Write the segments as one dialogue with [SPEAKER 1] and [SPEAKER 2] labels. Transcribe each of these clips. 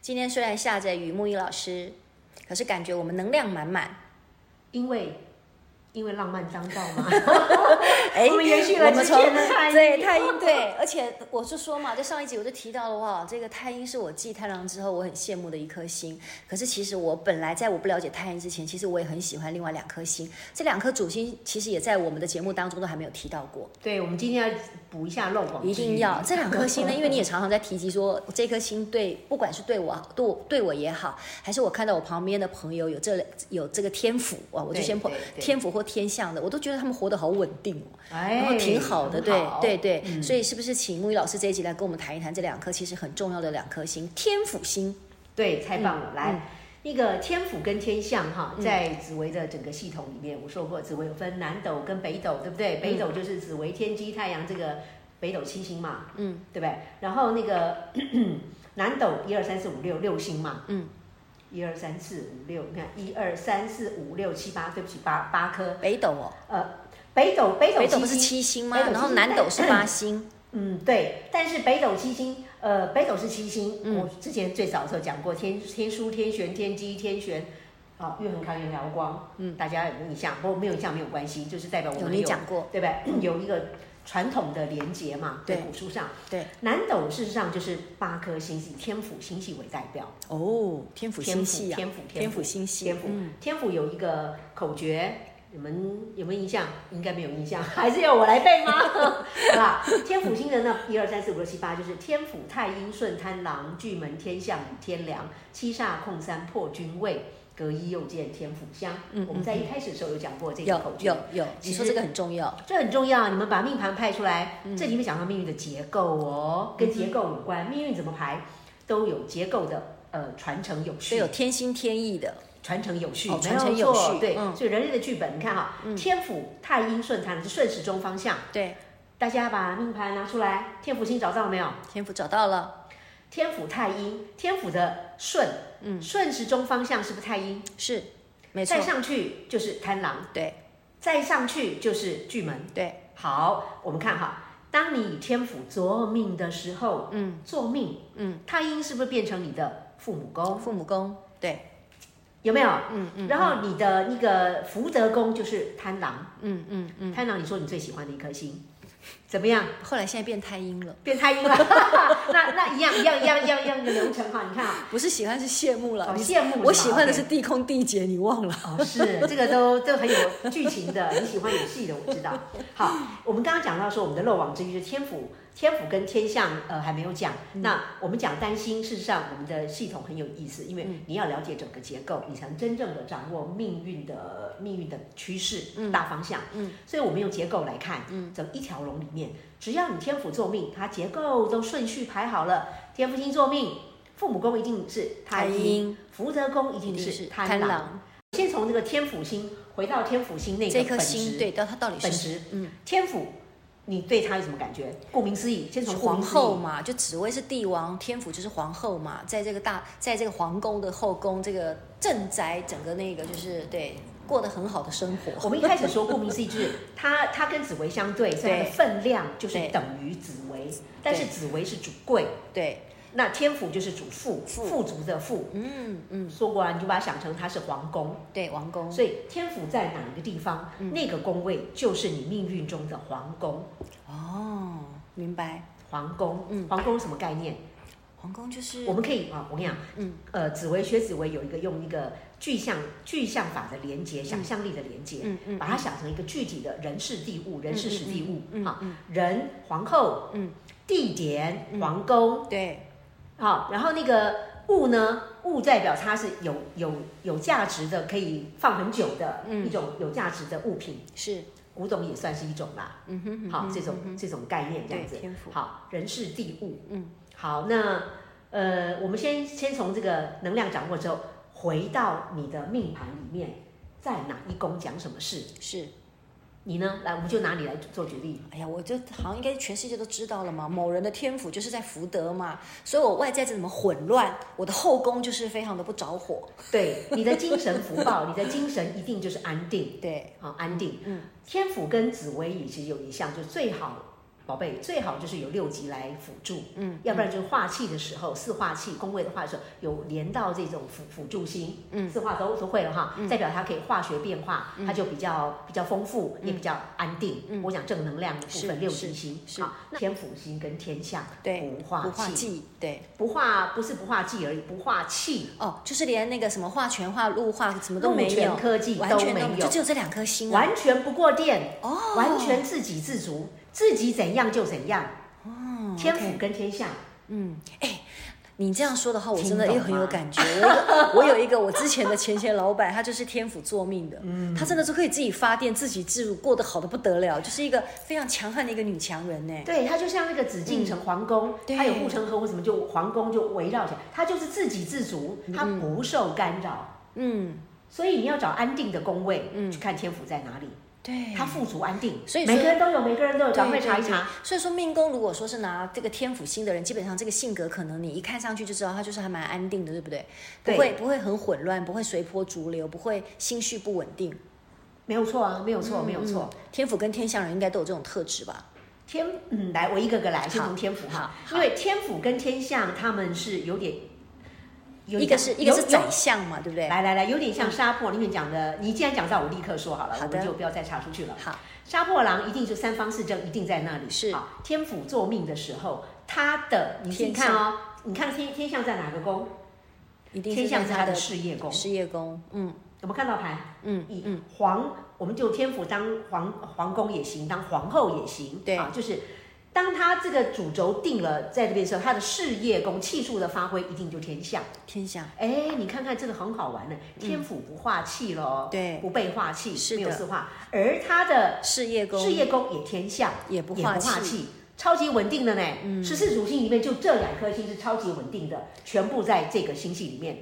[SPEAKER 1] 今天虽然下着雨，木易老师，可是感觉我们能量满满。
[SPEAKER 2] 因为因为浪漫当道 嘛，
[SPEAKER 1] 哎
[SPEAKER 2] 我们延续了
[SPEAKER 1] 我们
[SPEAKER 2] 之
[SPEAKER 1] 从
[SPEAKER 2] 前的太
[SPEAKER 1] 对
[SPEAKER 2] 阴
[SPEAKER 1] 太阴对，而且我就说嘛，在上一集我就提到了哇，这个太阴是我继太郎之后我很羡慕的一颗星。可是其实我本来在我不了解太阴之前，其实我也很喜欢另外两颗星，这两颗主星其实也在我们的节目当中都还没有提到过。
[SPEAKER 2] 对，我们今天要补一下漏网之鱼
[SPEAKER 1] 一定要这两颗星呢，因为你也常常在提及说，这颗星对，不管是对我对我对我也好，还是我看到我旁边的朋友有这有这个天府啊，我就
[SPEAKER 2] 对
[SPEAKER 1] 先破
[SPEAKER 2] 对对
[SPEAKER 1] 天府或天象的，我都觉得他们活得好稳定哦。
[SPEAKER 2] 哎
[SPEAKER 1] 然后挺好的，
[SPEAKER 2] 很好嗯
[SPEAKER 1] 对对对、所以是不是请木鱼老师这一集来跟我们谈一谈这两颗其实很重要的两颗星，天府星，
[SPEAKER 2] 对，太棒了！来，
[SPEAKER 1] 嗯
[SPEAKER 2] 那个天府跟天象哈，在紫薇的整个系统里面，我说过，紫薇有分南斗跟北斗，对
[SPEAKER 1] 嗯
[SPEAKER 2] 不对？北斗就是紫薇、天机、太阳这个北斗七星嘛，
[SPEAKER 1] 嗯，
[SPEAKER 2] 对不对？然后那个 南斗一二三四五六六星嘛，
[SPEAKER 1] 嗯，
[SPEAKER 2] 一二三四五六，你看一二三四五六七八，对不起，八八颗，
[SPEAKER 1] 北斗哦，
[SPEAKER 2] 呃，北斗北斗
[SPEAKER 1] 北斗不
[SPEAKER 2] 七
[SPEAKER 1] 是
[SPEAKER 2] 星，
[SPEAKER 1] 七星吗？啊
[SPEAKER 2] 北斗七
[SPEAKER 1] 然后南斗是八星，
[SPEAKER 2] 嗯，对，但是北斗七星，呃，北斗是七星，
[SPEAKER 1] 嗯
[SPEAKER 2] 我之前最早的时候讲过天天枢、天璇、天机、天璇，啊、月横、开元、辽光，嗯，大家有没有印象？不过没有印象没有关系，就是代表我
[SPEAKER 1] 有
[SPEAKER 2] 们
[SPEAKER 1] 你讲过，
[SPEAKER 2] 对 吧？有一个传统的连结嘛，
[SPEAKER 1] 对
[SPEAKER 2] 对古书上，
[SPEAKER 1] 对
[SPEAKER 2] 南斗事实上就是八颗星系，天府星系为代表，
[SPEAKER 1] 哦，天府星系啊，
[SPEAKER 2] 天府
[SPEAKER 1] 天府星系，
[SPEAKER 2] 天府
[SPEAKER 1] 嗯，
[SPEAKER 2] 天府有一个口诀，你们有没有印象？应该没有印象， 还是要我来背吗？ 好吧，天府星人呢，一二三四五六七八，就是天府太阴顺贪狼巨门天象与天梁七煞控三破军位。隔一又见天府相，
[SPEAKER 1] 嗯
[SPEAKER 2] 我们在一开始的时候有讲过这个口
[SPEAKER 1] 有
[SPEAKER 2] 诀，
[SPEAKER 1] 有有，你
[SPEAKER 2] 其
[SPEAKER 1] 说
[SPEAKER 2] 实
[SPEAKER 1] 这个很重要，
[SPEAKER 2] 这很重要，你们把命盘派出来，
[SPEAKER 1] 嗯
[SPEAKER 2] 这里面讲到命运的结构哦，跟结构有关，命运怎么排都有结构的呃传承有
[SPEAKER 1] 所
[SPEAKER 2] 序
[SPEAKER 1] 以有，天心天意的，
[SPEAKER 2] 传承有序，
[SPEAKER 1] 哦
[SPEAKER 2] 没
[SPEAKER 1] 传承有
[SPEAKER 2] 有错
[SPEAKER 1] 序
[SPEAKER 2] 对，
[SPEAKER 1] 嗯
[SPEAKER 2] 所以人类的剧本，你看哈，天府太阴顺它是顺时钟方向，
[SPEAKER 1] 对，
[SPEAKER 2] 大家把命盘拿出来，天府星找到了没有？
[SPEAKER 1] 天府找到了，
[SPEAKER 2] 天府太阴，天府的顺，嗯，顺时钟方向是不是太阴？
[SPEAKER 1] 是，没错
[SPEAKER 2] 再，上去就是贪狼，
[SPEAKER 1] 对
[SPEAKER 2] 再上去就是巨门。
[SPEAKER 1] 对，
[SPEAKER 2] 好，我们看哈，当你以天府坐命的时候，嗯，坐命，嗯，太阴是不是变成你的父母宫？
[SPEAKER 1] 父母宫，对，
[SPEAKER 2] 有没有？嗯嗯。然后你的那个福德宫就是贪狼，嗯嗯嗯。贪狼，你说你最喜欢的一颗星，怎么样？
[SPEAKER 1] 后来现在变太阴了，
[SPEAKER 2] 变太阴了？那那一样一样一样一样一样的流程哈，你看啊，
[SPEAKER 1] 不是喜欢是羡慕了，
[SPEAKER 2] 好
[SPEAKER 1] 你
[SPEAKER 2] 哦羡慕是吧
[SPEAKER 1] 我喜欢的是地空地劫，你忘了。
[SPEAKER 2] 哦，是这个都都很有剧情的，你喜欢有戏的，我知道。好，我们刚刚讲到说我们的漏网之鱼是天府，天府跟天象呃还没有讲。那我们讲担心，事实上我们的系统很有意思，因为你要了解整个结构，你才能真正的掌握命运的命运的趋势、大方向。嗯，所以我们用结构来看，嗯，整一条龙里面，只要你天府坐命，它结构都顺序排好了，天府星坐命，父母宫一定是太
[SPEAKER 1] 太
[SPEAKER 2] 阴，
[SPEAKER 1] 阴
[SPEAKER 2] 福德宫一定
[SPEAKER 1] 就是是
[SPEAKER 2] 贪
[SPEAKER 1] 贪
[SPEAKER 2] 狼。
[SPEAKER 1] 狼，
[SPEAKER 2] 先从这个天府星回到天府星那个
[SPEAKER 1] 这颗
[SPEAKER 2] 本质
[SPEAKER 1] 星对，到它到底
[SPEAKER 2] 本
[SPEAKER 1] 是
[SPEAKER 2] 质，嗯，天府，你对它有什么感觉？顾名思义，先从顾
[SPEAKER 1] 皇
[SPEAKER 2] 名思义
[SPEAKER 1] 后，嘛？就紫薇是帝王，天府就是皇后嘛，在这个大，在这个皇宫的后宫，这个镇宅整个那个就是对过得很好的生活。
[SPEAKER 2] 我们一开始说顾名思义就是 它，它跟紫薇相对，所以它的
[SPEAKER 1] 对
[SPEAKER 2] 分量就是
[SPEAKER 1] 对
[SPEAKER 2] 等于紫薇，但是紫薇是主贵，
[SPEAKER 1] 对，
[SPEAKER 2] 那天府就是主富，
[SPEAKER 1] 富
[SPEAKER 2] 富足的富。
[SPEAKER 1] 嗯嗯，
[SPEAKER 2] 说过啊，你就把它想成它是皇宫，
[SPEAKER 1] 对，王宫
[SPEAKER 2] 所以天府在哪一个地方，
[SPEAKER 1] 嗯
[SPEAKER 2] 那个宫位就是你命运中的皇宫。
[SPEAKER 1] 哦，明白。
[SPEAKER 2] 皇宫，
[SPEAKER 1] 嗯
[SPEAKER 2] 皇宫是什么概念？
[SPEAKER 1] 皇宫就是
[SPEAKER 2] 我们可以啊，我跟你讲，
[SPEAKER 1] 嗯
[SPEAKER 2] 嗯，呃，紫薇学紫薇有一个用一个具象具象法的连接，想象力的连接，
[SPEAKER 1] 嗯嗯
[SPEAKER 2] 把它想成一个具体的人事地物，人事实地物，
[SPEAKER 1] 嗯嗯嗯
[SPEAKER 2] 啊，人皇后，
[SPEAKER 1] 嗯
[SPEAKER 2] 嗯，地点皇宫，
[SPEAKER 1] 对
[SPEAKER 2] 啊，然后那个物呢，物代表它是有有有价值的，可以放很久的
[SPEAKER 1] 嗯
[SPEAKER 2] 一种有价值的物品，
[SPEAKER 1] 是
[SPEAKER 2] 古董也算是一种啦，
[SPEAKER 1] 嗯哼嗯哼
[SPEAKER 2] 好，这种
[SPEAKER 1] 嗯哼
[SPEAKER 2] 这种概念这样子
[SPEAKER 1] 对天赋，
[SPEAKER 2] 好，人事地物，
[SPEAKER 1] 嗯
[SPEAKER 2] 嗯，好，那呃，我们先先从这个能量掌握之后，回到你的命盘里面，在哪一宫讲什么事？
[SPEAKER 1] 是，
[SPEAKER 2] 你呢？来，我们就拿你来做举例。
[SPEAKER 1] 哎呀，我就好像应该全世界都知道了嘛。某人的天府就是在福德嘛，所以我外在怎么混乱，我的后宫就是非常的不着火。
[SPEAKER 2] 对，你的精神福报，你的精神一定就是安定，
[SPEAKER 1] 对，
[SPEAKER 2] 好、啊安定。
[SPEAKER 1] 嗯，
[SPEAKER 2] 天府跟紫薇也是有一项，就最好。宝贝，最好就是有六级来辅助，
[SPEAKER 1] 嗯，
[SPEAKER 2] 要不然就是化气的时候，四化气宫位的话的时候，有连到这种辅辅助星，
[SPEAKER 1] 嗯
[SPEAKER 2] 四化都都会了哈，代表它可以化学变化，
[SPEAKER 1] 嗯
[SPEAKER 2] 它就比较比较丰富，
[SPEAKER 1] 嗯
[SPEAKER 2] 也比较安定。
[SPEAKER 1] 嗯
[SPEAKER 2] 我讲正能量的部
[SPEAKER 1] 是
[SPEAKER 2] 分，六级
[SPEAKER 1] 是
[SPEAKER 2] 星
[SPEAKER 1] 是
[SPEAKER 2] 好那天府星跟天象，
[SPEAKER 1] 对
[SPEAKER 2] 不
[SPEAKER 1] 不
[SPEAKER 2] 化
[SPEAKER 1] 化
[SPEAKER 2] 气，
[SPEAKER 1] 忌，对，
[SPEAKER 2] 不化不是不化气而已，不化气，
[SPEAKER 1] 哦，就是连那个什么化权、化禄、化什么都
[SPEAKER 2] 陆
[SPEAKER 1] 没有
[SPEAKER 2] 权，科技
[SPEAKER 1] 完
[SPEAKER 2] 都
[SPEAKER 1] 全
[SPEAKER 2] 没
[SPEAKER 1] 都没有，
[SPEAKER 2] 有
[SPEAKER 1] 就只有这两颗星啊。
[SPEAKER 2] 完全不过电，
[SPEAKER 1] 哦，
[SPEAKER 2] 完全自给自足，自己怎样就怎样。
[SPEAKER 1] 哦
[SPEAKER 2] 天
[SPEAKER 1] OK
[SPEAKER 2] 府跟天下，
[SPEAKER 1] 嗯，哎、你这样说的话，我
[SPEAKER 2] 听
[SPEAKER 1] 真的
[SPEAKER 2] 懂
[SPEAKER 1] 也很
[SPEAKER 2] 吗
[SPEAKER 1] 有感觉。我有一个我有一个我之前的前前老板，他就是天府做命的，
[SPEAKER 2] 嗯
[SPEAKER 1] 他真的是可以自己发电、自给自足，过得好的不得了，就是一个非常强悍的一个女强人呢。
[SPEAKER 2] 对，它就像那个紫禁城皇宫，
[SPEAKER 1] 嗯对
[SPEAKER 2] 它有护城河或什么，就皇宫就围绕起来，它就是自给自足，它不受干扰。
[SPEAKER 1] 嗯，
[SPEAKER 2] 所以你要找安定的宫位，
[SPEAKER 1] 嗯
[SPEAKER 2] 去看天府在哪里，
[SPEAKER 1] 对，
[SPEAKER 2] 它富足安定。
[SPEAKER 1] 所以说
[SPEAKER 2] 每个人都有，每个人都有，
[SPEAKER 1] 对
[SPEAKER 2] 赶快查一查。。
[SPEAKER 1] 所以说命宫如果说是拿这个天府星的人，基本上这个性格可能你一看上去就知道他就是还蛮安定的，对不对？不
[SPEAKER 2] 对
[SPEAKER 1] 会不会很混乱，不会随波逐流，不会心绪不稳定。
[SPEAKER 2] 没有错啊，没有
[SPEAKER 1] 嗯
[SPEAKER 2] 错，没有错。
[SPEAKER 1] 天府跟天象人应该都有这种特质吧？
[SPEAKER 2] 天，嗯，来，我一个个来，先
[SPEAKER 1] 好
[SPEAKER 2] 从天府哈，
[SPEAKER 1] 好
[SPEAKER 2] 因为天府跟天象他们是有点，有
[SPEAKER 1] 一个是一个
[SPEAKER 2] 有
[SPEAKER 1] 是
[SPEAKER 2] 有
[SPEAKER 1] 宰相嘛，对不对？嗯
[SPEAKER 2] 来来来，有点像杀破里面讲的，你既然讲到，我立刻说好了，
[SPEAKER 1] 好的
[SPEAKER 2] 我们就不要再查出去了。
[SPEAKER 1] 好，
[SPEAKER 2] 杀破狼一定就三方四正，一定在那里。
[SPEAKER 1] 是
[SPEAKER 2] 好，天府做命的时候，他的你自己
[SPEAKER 1] 天
[SPEAKER 2] 看哦，你看天天象在哪个宫？
[SPEAKER 1] 一定
[SPEAKER 2] 天
[SPEAKER 1] 是
[SPEAKER 2] 象
[SPEAKER 1] 在
[SPEAKER 2] 是
[SPEAKER 1] 他
[SPEAKER 2] 他的
[SPEAKER 1] 的
[SPEAKER 2] 事业宫，
[SPEAKER 1] 事业宫，嗯
[SPEAKER 2] 有没有看到盘？
[SPEAKER 1] 嗯
[SPEAKER 2] 以
[SPEAKER 1] 嗯，
[SPEAKER 2] 皇，我们就天府当皇皇宫也行，当皇后也行。
[SPEAKER 1] 对
[SPEAKER 2] 啊，就是当他这个主轴定了在这边的时候，他的事业宫气数的发挥一定就天象。
[SPEAKER 1] 天象
[SPEAKER 2] 哎，你看看这个很好玩呢，
[SPEAKER 1] 嗯
[SPEAKER 2] 天府不化气喽，
[SPEAKER 1] 对
[SPEAKER 2] 不被化气，
[SPEAKER 1] 是的
[SPEAKER 2] 没有四化，而他的
[SPEAKER 1] 事业宫
[SPEAKER 2] 事业宫也天象，
[SPEAKER 1] 也不化
[SPEAKER 2] 也
[SPEAKER 1] 气，嗯
[SPEAKER 2] 超级稳定的呢。十四主星里面就这两颗星是超级稳定的，全部在这个星系里面，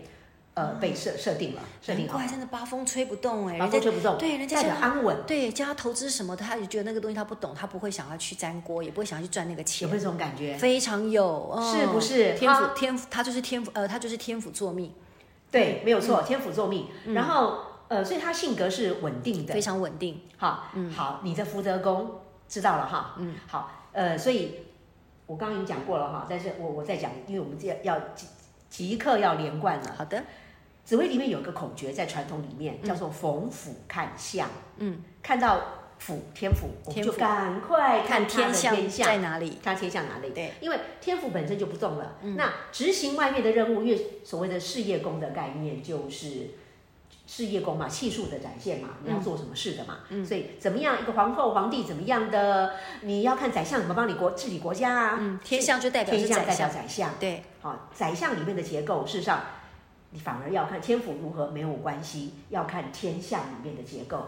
[SPEAKER 2] 呃，被设设定了，设
[SPEAKER 1] 嗯难
[SPEAKER 2] 定好
[SPEAKER 1] 怪，真的八风吹不动哎，
[SPEAKER 2] 然
[SPEAKER 1] 人
[SPEAKER 2] 后
[SPEAKER 1] 家
[SPEAKER 2] 吹不动，
[SPEAKER 1] 对人家
[SPEAKER 2] 代
[SPEAKER 1] 叫
[SPEAKER 2] 表
[SPEAKER 1] 他
[SPEAKER 2] 安稳，
[SPEAKER 1] 对叫他投资什么，他也觉得那个东西他不懂，他不会想要去沾锅，也不会想要去赚那个
[SPEAKER 2] 有
[SPEAKER 1] 钱
[SPEAKER 2] 没。有这种感觉？
[SPEAKER 1] 非常有，嗯
[SPEAKER 2] 是不是
[SPEAKER 1] 天
[SPEAKER 2] 他
[SPEAKER 1] 府天府，他就是天府，呃，他就是天府作命，嗯
[SPEAKER 2] 对，没有错，天府作命，然后呃，所以他性格是稳定的
[SPEAKER 1] 非，常稳定。
[SPEAKER 2] 好，好，你的福德宫知道了哈，
[SPEAKER 1] 嗯，
[SPEAKER 2] 好，呃，所以我刚刚已经讲过了哈，但是我我再讲，因为我们这要即即刻要连贯了。
[SPEAKER 1] 好的，
[SPEAKER 2] 紫薇里面有一个口诀，在传统里面叫做逢府看相，
[SPEAKER 1] 嗯，
[SPEAKER 2] 看到府天府，我们
[SPEAKER 1] 天
[SPEAKER 2] 就
[SPEAKER 1] 府
[SPEAKER 2] 赶快看
[SPEAKER 1] 看
[SPEAKER 2] 他的
[SPEAKER 1] 天象
[SPEAKER 2] 天
[SPEAKER 1] 在
[SPEAKER 2] 象。
[SPEAKER 1] 哪里？
[SPEAKER 2] 看天象哪里？
[SPEAKER 1] 对，嗯
[SPEAKER 2] 因为天府本身就不动了。那执行外面的任务，因为所谓的事业宫的概念就是事业宫嘛，气数的展现嘛，
[SPEAKER 1] 嗯
[SPEAKER 2] 你要做什么事的嘛。所以怎么样一个皇后、皇帝怎么样的，你要看宰相怎么帮你国治理国家啊。
[SPEAKER 1] 嗯，天象就代表
[SPEAKER 2] 天
[SPEAKER 1] 是
[SPEAKER 2] 象
[SPEAKER 1] 宰
[SPEAKER 2] 代表
[SPEAKER 1] 相，
[SPEAKER 2] 宰相，
[SPEAKER 1] 对，
[SPEAKER 2] 好、宰相里面的结构，事实上你反而要看天府如何没有关系，要看天象里面的结构。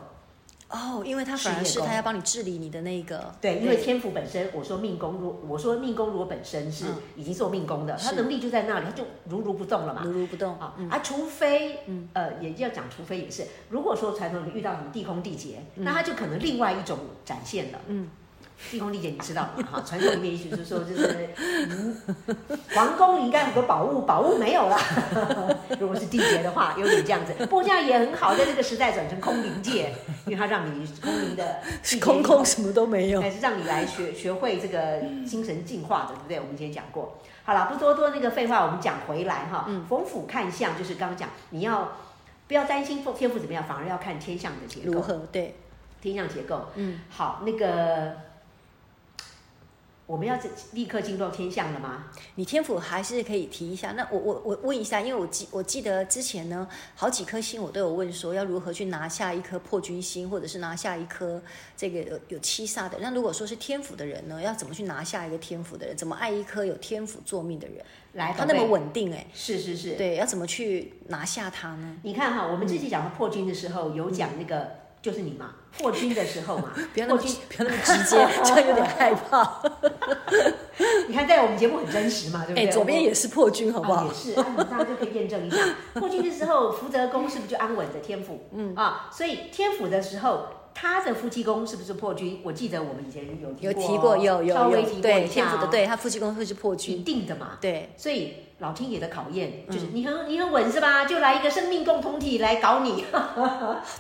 [SPEAKER 1] 哦，因为他反而
[SPEAKER 2] 事业
[SPEAKER 1] 是
[SPEAKER 2] 宫
[SPEAKER 1] 他要帮你治理你的那个，
[SPEAKER 2] 对，因为天府本身，我说命宫如我说命宫如果本身是
[SPEAKER 1] 嗯
[SPEAKER 2] 已经做命宫的，他
[SPEAKER 1] 是
[SPEAKER 2] 能力就在那里，他就如如不动了嘛。
[SPEAKER 1] 如如不动，
[SPEAKER 2] 啊、
[SPEAKER 1] 嗯
[SPEAKER 2] 啊，除非，呃，也要讲，除非也是，如果说传统里遇到什么地空地劫，那他就可能另外一种展现了。
[SPEAKER 1] 嗯，
[SPEAKER 2] 地空地劫你 知道吗？啊哈，传统里面也许是说就是，嗯，皇宫里应该很多宝物，宝物没有啦。 如果是地劫的话，有点这样子。不过这样也很好，在这个时代转成空灵界，因为它让你空灵的地劫
[SPEAKER 1] 是空空什么都没有
[SPEAKER 2] 还。哎是让你来学学会这个精神进化的，对不对？我们以前讲过。好了，不多多那个废话，我们讲回来哈。
[SPEAKER 1] 嗯
[SPEAKER 2] 逢府看相就是刚刚讲，你要不要担心天赋怎么样，反而要看天象的结
[SPEAKER 1] 如
[SPEAKER 2] 构，
[SPEAKER 1] 何？对，
[SPEAKER 2] 天象结构。
[SPEAKER 1] 嗯，
[SPEAKER 2] 好，那个我们要立刻进入天象了吗？
[SPEAKER 1] 你天府还是可以提一下。那我我我问一下，因为我记我记得之前呢，好几颗星我都有问说要如何去拿下一颗破军星，或者是拿下一颗这个有有七煞的。那如果说是天府的人呢，要怎么去拿下一个天府的人？怎么爱一颗有天府作命的人？
[SPEAKER 2] 来，
[SPEAKER 1] 他那么
[SPEAKER 2] 宝贝，
[SPEAKER 1] 稳定哎、
[SPEAKER 2] 是是是，
[SPEAKER 1] 对，要怎么去拿下他呢？，
[SPEAKER 2] 你看哈，我们之前讲到破军的时候，有讲那个就是你嘛，破军的时候嘛
[SPEAKER 1] 不要那
[SPEAKER 2] 破
[SPEAKER 1] 么
[SPEAKER 2] 军，
[SPEAKER 1] 不要那么直接， 这样有点害怕。
[SPEAKER 2] 你看在我们节目很真实嘛，对不
[SPEAKER 1] 哎，
[SPEAKER 2] 对？
[SPEAKER 1] 左边
[SPEAKER 2] 我
[SPEAKER 1] 也是破军，好不
[SPEAKER 2] 啊、
[SPEAKER 1] 好
[SPEAKER 2] 也？是，啊、你大家就可以验 证一下。过去的时候，福德宫是不是就安稳的天府？嗯啊，所以天府的时候，他的夫妻宫是不是破军？我记得我们以前有提
[SPEAKER 1] 有
[SPEAKER 2] 过哦，
[SPEAKER 1] 提过，有
[SPEAKER 2] 稍
[SPEAKER 1] 有
[SPEAKER 2] 微
[SPEAKER 1] 有
[SPEAKER 2] 提，过
[SPEAKER 1] 对
[SPEAKER 2] 一
[SPEAKER 1] 天
[SPEAKER 2] 下、
[SPEAKER 1] 府
[SPEAKER 2] 哦
[SPEAKER 1] 的，，对他夫妻宫会是破
[SPEAKER 2] 一
[SPEAKER 1] 军，
[SPEAKER 2] 定的嘛。
[SPEAKER 1] 对，
[SPEAKER 2] 所以老天爷的考验就是
[SPEAKER 1] 嗯
[SPEAKER 2] 你很、你很稳是吧？就来一个生命共同体来 搞你，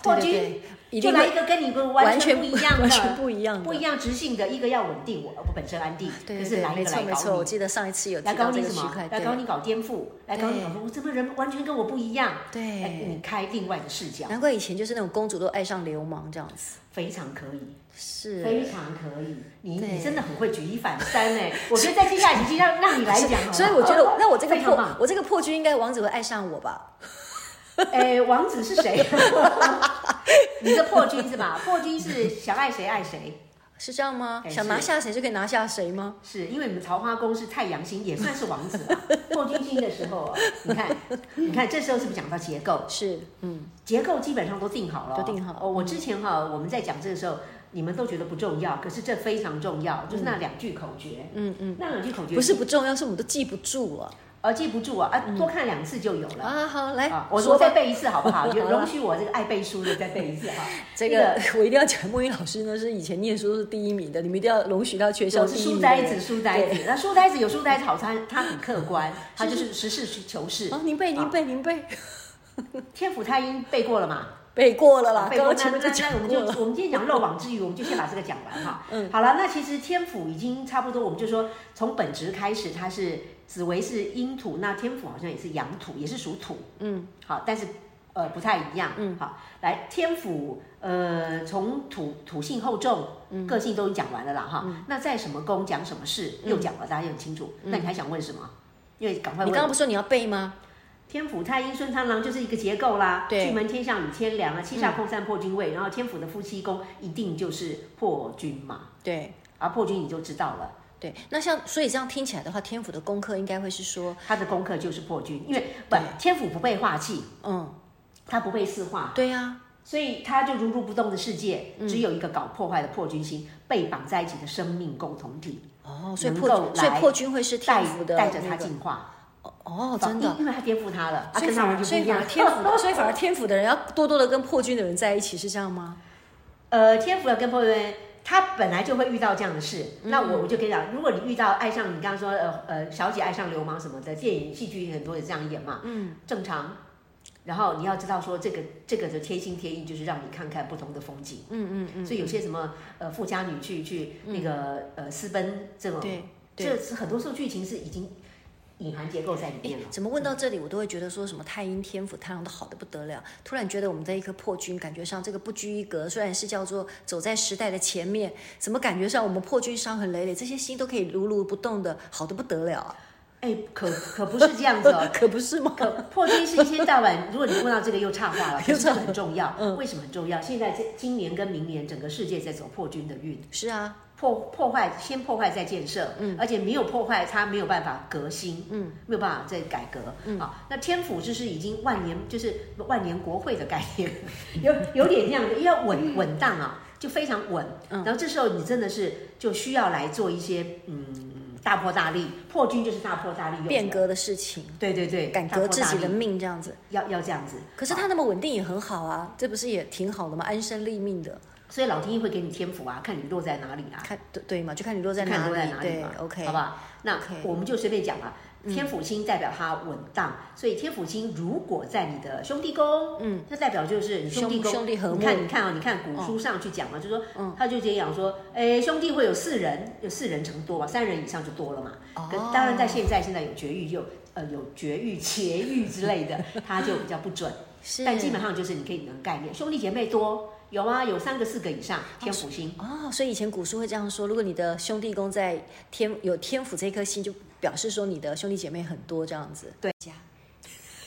[SPEAKER 2] 破
[SPEAKER 1] 对
[SPEAKER 2] 军
[SPEAKER 1] 对一
[SPEAKER 2] 就
[SPEAKER 1] 定
[SPEAKER 2] 来
[SPEAKER 1] 会
[SPEAKER 2] 一个跟你不
[SPEAKER 1] 完
[SPEAKER 2] 完全
[SPEAKER 1] 全
[SPEAKER 2] 不一样的，
[SPEAKER 1] 完全不一样的，
[SPEAKER 2] 不一样直性的，一个要稳定，我我本身安定，
[SPEAKER 1] 对
[SPEAKER 2] 可
[SPEAKER 1] 对
[SPEAKER 2] 是
[SPEAKER 1] 对，
[SPEAKER 2] 来一
[SPEAKER 1] 没
[SPEAKER 2] 个
[SPEAKER 1] 错
[SPEAKER 2] 来
[SPEAKER 1] 没错，
[SPEAKER 2] 搞
[SPEAKER 1] 我
[SPEAKER 2] 你。
[SPEAKER 1] 记得上一次有
[SPEAKER 2] 来
[SPEAKER 1] 提
[SPEAKER 2] 搞
[SPEAKER 1] 到这
[SPEAKER 2] 你
[SPEAKER 1] 个
[SPEAKER 2] 什
[SPEAKER 1] 区
[SPEAKER 2] 么
[SPEAKER 1] 块，？
[SPEAKER 2] 来搞
[SPEAKER 1] 对
[SPEAKER 2] 你搞颠覆，来搞你搞说，我这个人完全跟我不一样。哎
[SPEAKER 1] 对，
[SPEAKER 2] 你开另外一个视角，
[SPEAKER 1] 难怪以前就是那种公主都爱上流氓这样子，
[SPEAKER 2] 非常可以，
[SPEAKER 1] 是。
[SPEAKER 2] 非常可以。你
[SPEAKER 1] 对
[SPEAKER 2] 你真的很会举一反三哎！我觉得在接下来已经让让你来讲好了。哦
[SPEAKER 1] 所以我觉得，那我这个
[SPEAKER 2] 非常
[SPEAKER 1] 破
[SPEAKER 2] 棒，
[SPEAKER 1] 我这个破军应该王子会爱上我吧？
[SPEAKER 2] 哎，王子是谁？ 你的破军是吧？破军是想爱谁爱谁，
[SPEAKER 1] 是这样吗？
[SPEAKER 2] 哎
[SPEAKER 1] 想拿
[SPEAKER 2] 是
[SPEAKER 1] 下谁就可以拿下谁吗？
[SPEAKER 2] 是因为你们桃花宫是太阳星，也算是王子吧。破军星的时候哦，你看，你看这时候是不是讲到结构？
[SPEAKER 1] 是，嗯，
[SPEAKER 2] 结构基本上都定好了哦、
[SPEAKER 1] 都定好嗯
[SPEAKER 2] 哦，我之前哈、我们在讲这个时候，你们都觉得不重要，可是这非常重要，就是那两句口诀。嗯嗯，那两句口诀
[SPEAKER 1] 不是不重要，是我们都记不住了
[SPEAKER 2] 呃记不住啊，啊，多看两次就有 了。
[SPEAKER 1] 啊。好，来
[SPEAKER 2] 啊，我
[SPEAKER 1] 说
[SPEAKER 2] 我再
[SPEAKER 1] 吧，
[SPEAKER 2] 背一次好不 好？就
[SPEAKER 1] 好啊
[SPEAKER 2] 容许我这个爱背书的再背一次哈。
[SPEAKER 1] 这个我一定要讲。莫云老师呢是以前念书都是第一名的，你们一定要容许到全校
[SPEAKER 2] 我
[SPEAKER 1] 第
[SPEAKER 2] 是
[SPEAKER 1] 一名
[SPEAKER 2] 书
[SPEAKER 1] 的
[SPEAKER 2] 呆
[SPEAKER 1] 人。
[SPEAKER 2] 子，书呆子。那书呆子有书呆子好，他他很客观，他就是实事求是
[SPEAKER 1] 啊，。您背，您背，您背，
[SPEAKER 2] 天府太阴背过了嘛？
[SPEAKER 1] 背过了啦，
[SPEAKER 2] 背
[SPEAKER 1] 刚
[SPEAKER 2] 过
[SPEAKER 1] 刚
[SPEAKER 2] 那
[SPEAKER 1] 前
[SPEAKER 2] 那
[SPEAKER 1] 面就讲
[SPEAKER 2] 那我们
[SPEAKER 1] 过了。
[SPEAKER 2] 就我们今天讲漏网之鱼，我们就先把这个讲完哈。嗯，好了，那其实天府已经差不多，我们就说从本质开始，它是紫薇是阴土，那天府好像也是阳土，也是属土。嗯，好，但是呃不太一样。嗯，好，来天府呃从土土性厚重，个性都已经讲完了啦哈。那在什么宫讲什么事又讲了，大家也很清楚。那你还想问什么？因为赶快
[SPEAKER 1] 你
[SPEAKER 2] 问
[SPEAKER 1] 刚。刚不是说你要背吗？
[SPEAKER 2] 天府太阴顺贪狼就是一个结构啦，
[SPEAKER 1] 对嗯
[SPEAKER 2] 巨门天象与天梁啊，七煞空三破军位，然后天府的夫妻宫一定就是破军嘛，
[SPEAKER 1] 对
[SPEAKER 2] 而破军你就知道了，
[SPEAKER 1] 对，那像所以这样听起来的话，天府的功课应该会是说，
[SPEAKER 2] 他的功课就是破军，因为不
[SPEAKER 1] 对
[SPEAKER 2] 天府不被化气，
[SPEAKER 1] 嗯，
[SPEAKER 2] 他不被四化，
[SPEAKER 1] 对啊呀、
[SPEAKER 2] 所以他就如如不动的世界，
[SPEAKER 1] 嗯
[SPEAKER 2] 只有一个搞破坏的破军星被绑在一起的生命共同体，
[SPEAKER 1] 哦，所以
[SPEAKER 2] 能
[SPEAKER 1] 破
[SPEAKER 2] 够
[SPEAKER 1] 所以
[SPEAKER 2] 来
[SPEAKER 1] 破军会是
[SPEAKER 2] 带
[SPEAKER 1] 天府的、那
[SPEAKER 2] 带
[SPEAKER 1] 个、
[SPEAKER 2] 着他进化，
[SPEAKER 1] 哦，真的
[SPEAKER 2] 因，因为他颠覆他了，啊，
[SPEAKER 1] 所以
[SPEAKER 2] 跟他
[SPEAKER 1] 反
[SPEAKER 2] 完
[SPEAKER 1] 而所
[SPEAKER 2] 全
[SPEAKER 1] 以
[SPEAKER 2] 不一
[SPEAKER 1] 反
[SPEAKER 2] 样
[SPEAKER 1] 而。天府的，所以反而天府的人要多多的跟破军的人在一起，是这样吗？
[SPEAKER 2] 呃，天府的跟朋友们，他本来就会遇到这样的事。那我我就跟你讲，如果你遇到爱上你刚刚说呃呃小姐爱上流氓什么的，电影戏剧很多也这样演嘛，嗯，正常。然后你要知道说这个这个的贴心贴意，就是让你看看不同的风景。嗯嗯嗯。所以有些什么呃富家女去去那个、呃私奔这种，
[SPEAKER 1] 对
[SPEAKER 2] 这是很多时候剧情是已经隐含结构在里面了。
[SPEAKER 1] 怎么问到这里，我都会觉得说什么太阴天府太阳都好的不得了。突然觉得我们这一颗破军，感觉上这个不拘一格，虽然是叫做走在时代的前面，怎么感觉上我们破军伤痕累累，这些心都可以如如不动的，好的不得了啊，
[SPEAKER 2] 哎，可可不是这样子 哦，
[SPEAKER 1] 可不是吗？
[SPEAKER 2] 可破军是一天到晚， 如果你问到这个又差话了，可
[SPEAKER 1] 又嗯
[SPEAKER 2] 是这
[SPEAKER 1] 岔
[SPEAKER 2] 个很重要。为什么很重要？现在这今年跟明年，整个世界在走破军的运，
[SPEAKER 1] 是啊，
[SPEAKER 2] 破破坏先破坏再建设，嗯，而且没有破坏，它没有办法革新，嗯，没有办法再改革，嗯啊，那天府就是已经万年，就是万年国会的概念， 有有点那样的，要
[SPEAKER 1] 嗯
[SPEAKER 2] 稳稳当啊，就非常稳。然后这时候你真的是就需要来做一些嗯大破大立，破军就是大破大立用的
[SPEAKER 1] 变，革的事情，
[SPEAKER 2] 对对对，
[SPEAKER 1] 改
[SPEAKER 2] 大破
[SPEAKER 1] 革自己
[SPEAKER 2] 大啊
[SPEAKER 1] 的
[SPEAKER 2] 立
[SPEAKER 1] 命这样子。
[SPEAKER 2] 要要这样子。
[SPEAKER 1] 可是他那么稳定也很好啊，这不是也挺好的吗？安身立命的，
[SPEAKER 2] 所以老天爷会给你天赋啊，看你落在哪里啊，
[SPEAKER 1] 看对对嘛，就看你落在
[SPEAKER 2] 看
[SPEAKER 1] 哪里，
[SPEAKER 2] 你落在哪里
[SPEAKER 1] 对
[SPEAKER 2] 嘛
[SPEAKER 1] ，OK，
[SPEAKER 2] 好不好？那
[SPEAKER 1] OK 嗯
[SPEAKER 2] 我们就随便讲了。天府星代表它稳当，所以天府星如果在你的兄弟宫，嗯，那代表就是你兄弟宫
[SPEAKER 1] 兄兄弟和睦哦嗯
[SPEAKER 2] 你看，你看啊，你看古书上去讲嘛，就说，他就直接讲说，哎，兄弟会有四人，有四人成多嘛，三人以上就多了嘛。
[SPEAKER 1] 哦
[SPEAKER 2] 可当然在现在现在有绝育，有呃有绝育、节育之类的，它就比较不准。
[SPEAKER 1] 是，
[SPEAKER 2] 但基本上就是你可以能概念，兄弟姐妹多有啊，有三个四个以上，天府星。
[SPEAKER 1] 哦，所以以前古书会这样说：如果你的兄弟宫在天有天府这颗星，就表示说你的兄弟姐妹很多这样子。
[SPEAKER 2] 对，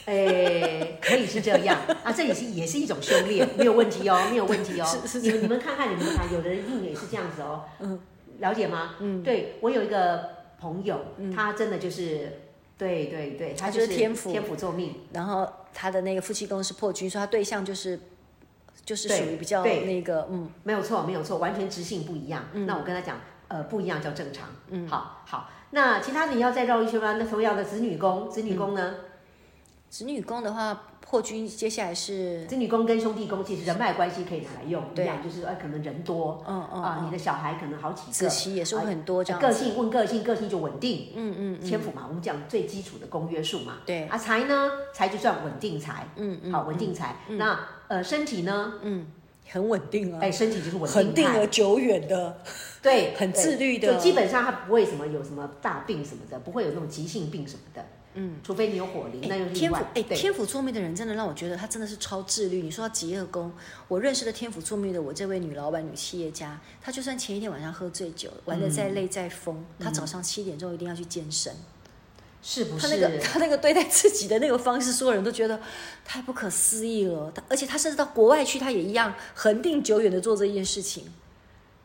[SPEAKER 2] 诶，可以是这样啊，这也是也是一种修炼，没有问题哦，没有问题哦。
[SPEAKER 1] 是是
[SPEAKER 2] 你们你们看看，你们看，有的人一定也是这样子哦。嗯，了解吗？嗯，对我有一个朋友，他真的就是，对对对，
[SPEAKER 1] 嗯他
[SPEAKER 2] 就
[SPEAKER 1] 就是
[SPEAKER 2] 是
[SPEAKER 1] 天赋
[SPEAKER 2] 天赋作命，
[SPEAKER 1] 然后他的那个夫妻宫是破军，所以他对象就是就是
[SPEAKER 2] 对
[SPEAKER 1] 属于比较
[SPEAKER 2] 对
[SPEAKER 1] 那个嗯，
[SPEAKER 2] 没有错，没有错，完全直性不一样。那我跟他讲，呃，不一样叫正常。嗯，好好。那其他的你要再绕一圈吗？那同样的子女宫，子女宫呢？
[SPEAKER 1] 子女宫的话，破军接下来是
[SPEAKER 2] 子女宫跟兄弟宫其实人脉关系可以拿来用，一
[SPEAKER 1] 对
[SPEAKER 2] 样就是呃，可能人多
[SPEAKER 1] 嗯嗯
[SPEAKER 2] 啊，你啊
[SPEAKER 1] 嗯，
[SPEAKER 2] 的小孩可能好几
[SPEAKER 1] 子
[SPEAKER 2] 个，
[SPEAKER 1] 期也是会很多这样
[SPEAKER 2] 个
[SPEAKER 1] 子，
[SPEAKER 2] 性问个性，个性就稳定。
[SPEAKER 1] 嗯嗯嗯，
[SPEAKER 2] 天府嘛，我们讲最基础的公约数嘛。
[SPEAKER 1] 对，
[SPEAKER 2] 啊，财呢，财就算稳定财，
[SPEAKER 1] 嗯嗯，
[SPEAKER 2] 好稳定财。那呃，身体呢？
[SPEAKER 1] 很稳定啊，
[SPEAKER 2] 哎，身体就是稳
[SPEAKER 1] 很
[SPEAKER 2] 定
[SPEAKER 1] 定
[SPEAKER 2] 态
[SPEAKER 1] 而久远的，
[SPEAKER 2] 对，
[SPEAKER 1] 很
[SPEAKER 2] 对
[SPEAKER 1] 自律的
[SPEAKER 2] 就基本上他不会什么有什么大病什么的，不会有那种急性病什么的。嗯，除非你有火灵，那又另
[SPEAKER 1] 天府
[SPEAKER 2] 外。
[SPEAKER 1] 哎，
[SPEAKER 2] 对
[SPEAKER 1] 天府座命的人真的让我觉得他真的是超自律。你说到极恶宫，我认识的天府座命的我这位女老板、女企业家，她就算前一天晚上喝醉酒，玩的再累再疯，她早上七点钟一定要去健身。
[SPEAKER 2] 是嗯不
[SPEAKER 1] 她
[SPEAKER 2] 是？
[SPEAKER 1] 那个 她那个对待自己的那个方式，所有人都觉得太不可思议了。她而且她甚至到国外去，她也一样恒定久远的做这件事情。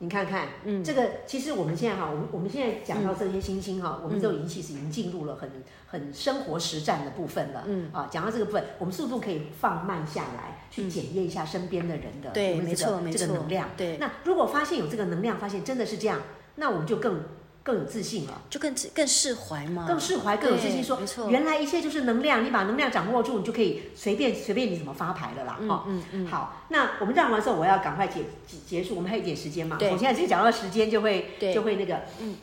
[SPEAKER 2] 你看看，嗯，这个其实我们现在哈，我们我们现在讲
[SPEAKER 1] 嗯
[SPEAKER 2] 到这些星星哈，我们都已经其实已经进入了很很生活实战的部分了，嗯啊，讲到这个部分，我们速度可以放慢下来，去检验一下身边的人的
[SPEAKER 1] 嗯对
[SPEAKER 2] 有有这
[SPEAKER 1] 没
[SPEAKER 2] 个
[SPEAKER 1] 错没
[SPEAKER 2] 这个
[SPEAKER 1] 错
[SPEAKER 2] 能量，
[SPEAKER 1] 对
[SPEAKER 2] 那如果发现有这个能量，发现真的是这样，那我们就更更有自信了。
[SPEAKER 1] 就更自更释怀嘛，
[SPEAKER 2] 更释怀，更有自信
[SPEAKER 1] 对
[SPEAKER 2] 说
[SPEAKER 1] 没错，
[SPEAKER 2] 原来一切就是能量，你把能量掌握住，你就可以随便随便你怎么发牌了啦，哈、
[SPEAKER 1] 嗯嗯
[SPEAKER 2] 好，那我们绕完之后，我要赶快结结结束，我们还有一点时间嘛。
[SPEAKER 1] 对
[SPEAKER 2] 我现在就讲到时间就会
[SPEAKER 1] 对
[SPEAKER 2] 就会那个，嗯，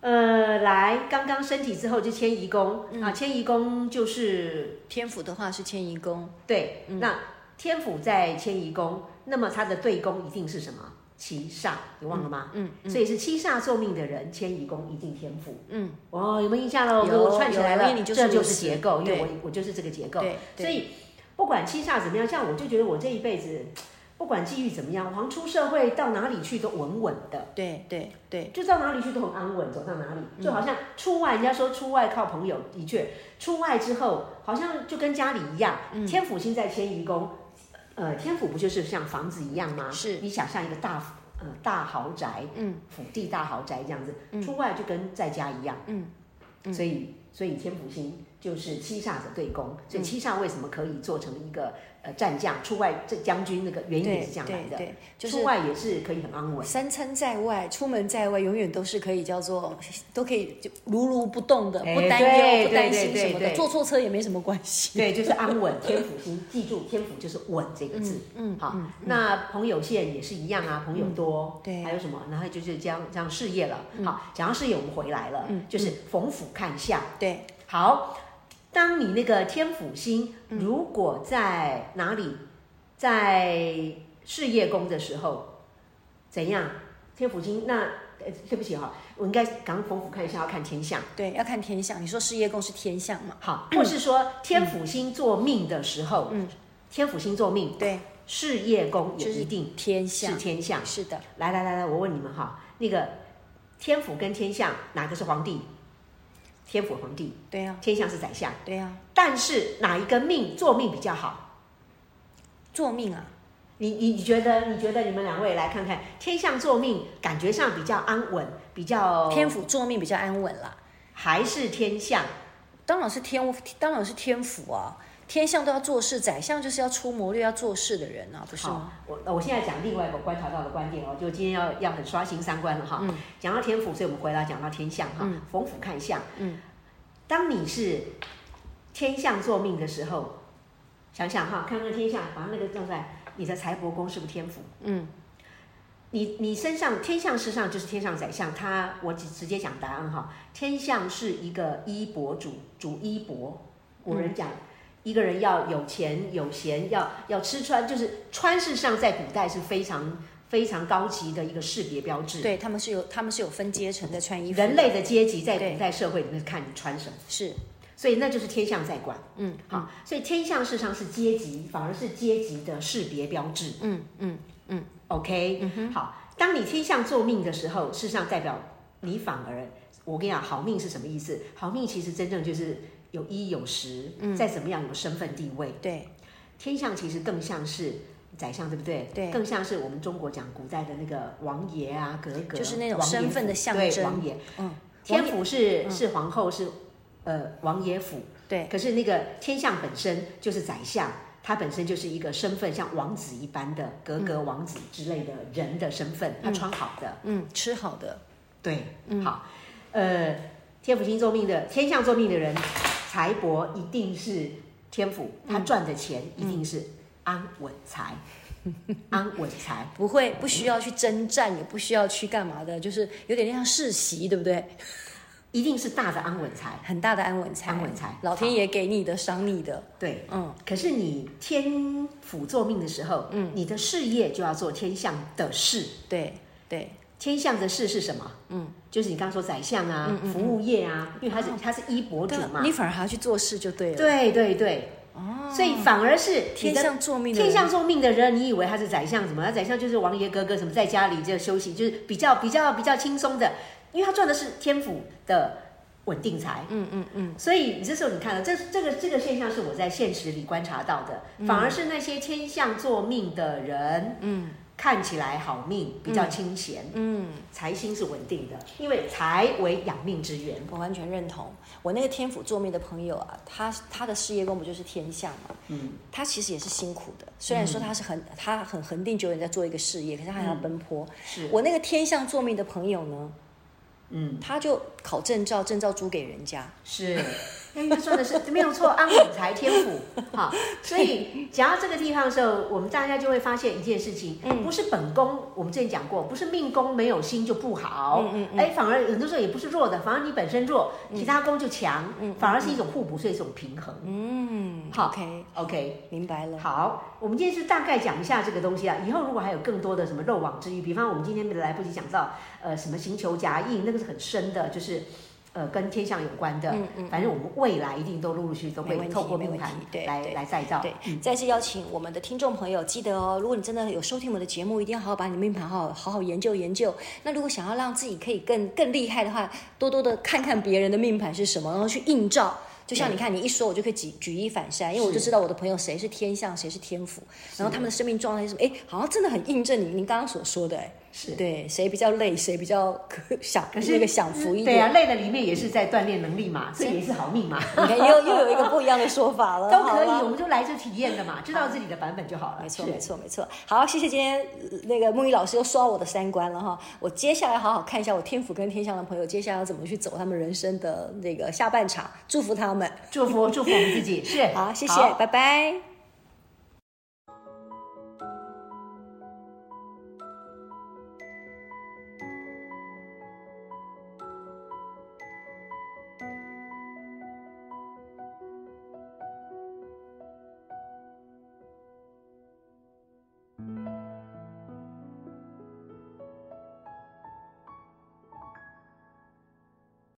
[SPEAKER 2] 呃，来，刚刚身体之后就迁移宫、
[SPEAKER 1] 嗯
[SPEAKER 2] 啊，迁移宫就是
[SPEAKER 1] 天府的话是迁移宫，
[SPEAKER 2] 对，
[SPEAKER 1] 嗯
[SPEAKER 2] 那天府在迁移宫，那么它的对宫一定是什么？七煞，你忘了吗？
[SPEAKER 1] 嗯，
[SPEAKER 2] 所以是七煞坐命的人，迁移宫一定天赋。
[SPEAKER 1] 嗯，
[SPEAKER 2] 哦，有没有印象喽？
[SPEAKER 1] 有
[SPEAKER 2] 被我串起来
[SPEAKER 1] 有
[SPEAKER 2] 了，
[SPEAKER 1] 因为你就是
[SPEAKER 2] 这就
[SPEAKER 1] 如
[SPEAKER 2] 是
[SPEAKER 1] 此
[SPEAKER 2] 结构，因为
[SPEAKER 1] 对
[SPEAKER 2] 我我就是这个结构。
[SPEAKER 1] 对，对
[SPEAKER 2] 所以不管七煞怎么样，像我就觉得我这一辈子，不管际遇怎么样，我好像出社会到哪里去都稳稳的，
[SPEAKER 1] 对对对，
[SPEAKER 2] 就到哪里去都很安稳，走到哪
[SPEAKER 1] 嗯
[SPEAKER 2] 里就好像出外，人家说出外靠朋友，的确，出外之后好像就跟家里一样，
[SPEAKER 1] 嗯
[SPEAKER 2] 天府星在迁移宫，呃，天府不就是像房子一样吗？
[SPEAKER 1] 是
[SPEAKER 2] 你想象一个大呃大豪宅，
[SPEAKER 1] 嗯，
[SPEAKER 2] 府地大豪宅这样子，出外就跟在家一样，
[SPEAKER 1] 嗯
[SPEAKER 2] 所以所以天府星就是七煞的对宫，所以
[SPEAKER 1] 嗯
[SPEAKER 2] 七煞为什么可以做成一个呃战将出外这将军那个原因也
[SPEAKER 1] 对
[SPEAKER 2] 是这样来
[SPEAKER 1] 对
[SPEAKER 2] 的，
[SPEAKER 1] 对，就是
[SPEAKER 2] 出外也是可以很安稳，
[SPEAKER 1] 三餐在外，出门在外，永远都是可以叫做都可以就如如不动的，
[SPEAKER 2] 哎
[SPEAKER 1] 不担
[SPEAKER 2] 对
[SPEAKER 1] 忧、不
[SPEAKER 2] 对
[SPEAKER 1] 担
[SPEAKER 2] 对
[SPEAKER 1] 心
[SPEAKER 2] 对
[SPEAKER 1] 什么的，
[SPEAKER 2] 对
[SPEAKER 1] 坐错车也没什么关系。
[SPEAKER 2] 对，就是安稳。天府星，记住天府就是稳这个字。
[SPEAKER 1] 嗯，
[SPEAKER 2] 好，那朋友线也是一样啊，朋友多，
[SPEAKER 1] 对嗯
[SPEAKER 2] 还有什么？然后就是这样这样事业了。好，讲到事业，我们回来了，就是逢府看相。
[SPEAKER 1] 对，
[SPEAKER 2] 好，当你那个天府星
[SPEAKER 1] 嗯
[SPEAKER 2] 如果在哪里，在事业宫的时候，怎样？天府星那呃，对不起哈、我应该刚逢府看一下，要看天象。
[SPEAKER 1] 对，要看天象。你说事业宫是天象嘛？
[SPEAKER 2] 好，或是说天府星做命的时候，
[SPEAKER 1] 嗯
[SPEAKER 2] 天府星做命，
[SPEAKER 1] 对，
[SPEAKER 2] 事业宫也
[SPEAKER 1] 就是
[SPEAKER 2] 一定
[SPEAKER 1] 天
[SPEAKER 2] 是
[SPEAKER 1] 象
[SPEAKER 2] 天象。
[SPEAKER 1] 是的，
[SPEAKER 2] 来来来来，我问你们哈，那个天府跟天象哪个是皇帝？天府皇帝，
[SPEAKER 1] 对呀、
[SPEAKER 2] 天象是宰相。
[SPEAKER 1] 对啊呀、
[SPEAKER 2] 但是哪一个命做命比较好？
[SPEAKER 1] 做命啊，
[SPEAKER 2] 你你你觉得？你觉得你们两位来看看，天象做命感觉上比较安稳，比较
[SPEAKER 1] 天，府做命比较安稳啦。
[SPEAKER 2] 还是天象？
[SPEAKER 1] 当然是天，当然是天府啊。天象都要做事，宰相就是要出谋略、要做事的人啊，不是
[SPEAKER 2] 好
[SPEAKER 1] 吗？，
[SPEAKER 2] 我我现在讲另外一个观察到的观点哦，就今天要要很刷新三观了哈。讲到天府，所以我们回来讲到天象哈，逢府看相。
[SPEAKER 1] 嗯，
[SPEAKER 2] 当你是天象做命的时候，想想哈，看看天象，把那个弄出来，你的财帛宫是不是天府？
[SPEAKER 1] 嗯，
[SPEAKER 2] 你你身上天象事上就是天上宰相，他我直直接讲答案哈。天象是一个衣帛主主衣帛，古人讲、
[SPEAKER 1] 嗯
[SPEAKER 2] 一个人要有钱有闲，要要吃穿，就是穿事上在古代是非常非常高级的一个识别标志。，
[SPEAKER 1] 对，他们是有，他们是有分阶层在穿衣服的。
[SPEAKER 2] 人类的阶级在古
[SPEAKER 1] 对
[SPEAKER 2] 代社会里面看你穿什么，
[SPEAKER 1] 是，
[SPEAKER 2] 所以那就是天象在管。
[SPEAKER 1] 嗯，
[SPEAKER 2] 好，所以天象事上是阶级，反而是阶级的识别标志。
[SPEAKER 1] 嗯嗯，
[SPEAKER 2] OK，、好，当你天象做命的时候，事实上代表你反而，我跟你讲，好命是什么意思？好命其实真正就是有衣有食，
[SPEAKER 1] 嗯
[SPEAKER 2] 再怎么样有身份地位。
[SPEAKER 1] 对，
[SPEAKER 2] 天象其实更像是宰相，对不对？
[SPEAKER 1] 对
[SPEAKER 2] 更像是我们中国讲古代的那个王爷啊、格格，
[SPEAKER 1] 就是那种
[SPEAKER 2] 王爷
[SPEAKER 1] 身份的
[SPEAKER 2] 府
[SPEAKER 1] 象
[SPEAKER 2] 对
[SPEAKER 1] 征
[SPEAKER 2] 王爷，
[SPEAKER 1] 嗯，
[SPEAKER 2] 天府是是皇后，是呃王爷府。
[SPEAKER 1] 对
[SPEAKER 2] 可是那个天象本身就是宰相，他本身就是一个身份像王子一般的格格王子之类的人的身份，他穿好的，
[SPEAKER 1] 嗯，吃好的，
[SPEAKER 2] 对，好，呃，天府星座命的天象座命的人，财帛一定是天府，他赚的钱一定是安稳财， 安稳财。
[SPEAKER 1] 不会不需要去征战，也不需要去干嘛的，就是有点像世袭，对不对？
[SPEAKER 2] 一定是大的安稳财，
[SPEAKER 1] 很大的安稳财，
[SPEAKER 2] 安稳财
[SPEAKER 1] 老天爷给你的，赏你的，
[SPEAKER 2] 对。
[SPEAKER 1] 嗯，
[SPEAKER 2] 可是你天府做命的时候，嗯，你的事业就要做天象的事。
[SPEAKER 1] 对对，
[SPEAKER 2] 天象的事是什么？嗯，就是你刚刚说宰相啊，服务业啊，因为他是、他是一博主嘛
[SPEAKER 1] 你。反而还要去做事就对了。
[SPEAKER 2] 对对对。哦。所以反而是你
[SPEAKER 1] 天
[SPEAKER 2] 的
[SPEAKER 1] 象作命的
[SPEAKER 2] 天
[SPEAKER 1] 人
[SPEAKER 2] 象做命的人，你以为他是宰相什么？他宰相就是王爷格格什么，在家里就休息，就是比较比较比较轻松的，因为他赚的是天府的稳定财。嗯嗯嗯。所以你这时候你看了，这这个这个现象是我在现实里观察到的，反而是那些天象做命的人，嗯，看起来好命，比较清闲，
[SPEAKER 1] 嗯，
[SPEAKER 2] 财星是稳定的，因为财为养命之源。
[SPEAKER 1] 我完全认同。我那个天府座命的朋友啊，他他的事业宫不就是天象嘛？嗯，他其实也是辛苦的。虽然说他是很、他很恒定久远在做一个事业，可是他还要奔波。
[SPEAKER 2] 是
[SPEAKER 1] 我那个天象座命的朋友呢，
[SPEAKER 2] 嗯，
[SPEAKER 1] 他就考证照，证照租给人家。
[SPEAKER 2] 是， 因为说的是没有错，安稳才天府哈。所以讲到这个地方的时候，我们大家就会发现一件事情，不是本宫，我们之前讲过，不是命宫没有心就不好，哎、反而很多时候也不是弱的，反而你本身弱，其他宫就强，反而是一种互补，是一种平衡。
[SPEAKER 1] 嗯
[SPEAKER 2] 好
[SPEAKER 1] ，OK，
[SPEAKER 2] OK，
[SPEAKER 1] 明白了。
[SPEAKER 2] 好，我们今天是大概讲一下这个东西啊。以后如果还有更多的什么漏网之鱼，比方我们今天来不及讲到，呃，什么行球夹印，那个是很深的，就是呃跟天象有关的。
[SPEAKER 1] 嗯
[SPEAKER 2] 反正我们未来一定都陆陆续续都
[SPEAKER 1] 没
[SPEAKER 2] 会
[SPEAKER 1] 问题
[SPEAKER 2] 透过
[SPEAKER 1] 没
[SPEAKER 2] 命
[SPEAKER 1] 问
[SPEAKER 2] 盘
[SPEAKER 1] 题对
[SPEAKER 2] 来
[SPEAKER 1] 对
[SPEAKER 2] 来再造。
[SPEAKER 1] 对，再次邀请我们的听众朋友，记得哦，如果你真的有收听我们的节目，一定要好好把你的命盘好好好好研究研究。那如果想要让自己可以更更厉害的话，多多的看看别人的命盘是什么，然后去映照。就像你看，你一说，我就可以举举一反三，因为我就是知道我的朋友谁是天象，谁是天府，然后他们的生命状态是什么，哎，好像真的很印证你您刚刚所说的，哎，
[SPEAKER 2] 是
[SPEAKER 1] 对，谁比较累，谁比较享
[SPEAKER 2] 可是
[SPEAKER 1] 那个享福一
[SPEAKER 2] 对啊，
[SPEAKER 1] 点，
[SPEAKER 2] 累的里面也是在锻炼能力嘛，这也是好命嘛，
[SPEAKER 1] 你看又又有一个不一样的说法了，
[SPEAKER 2] 都可以
[SPEAKER 1] 嗯好，吧啊
[SPEAKER 2] 我们就来这体验的嘛，知道自己的版本就好了。
[SPEAKER 1] 没错，
[SPEAKER 2] 是
[SPEAKER 1] 没错，没错。好，谢谢今天呃那个木鱼老师又刷我的三观了哈。我接下来好好看一下我天府跟天象的朋友，接下来要怎么去走他们人生的那个下半场，祝福他们。
[SPEAKER 2] 祝福祝福我们自己，是
[SPEAKER 1] 好，谢谢，拜拜。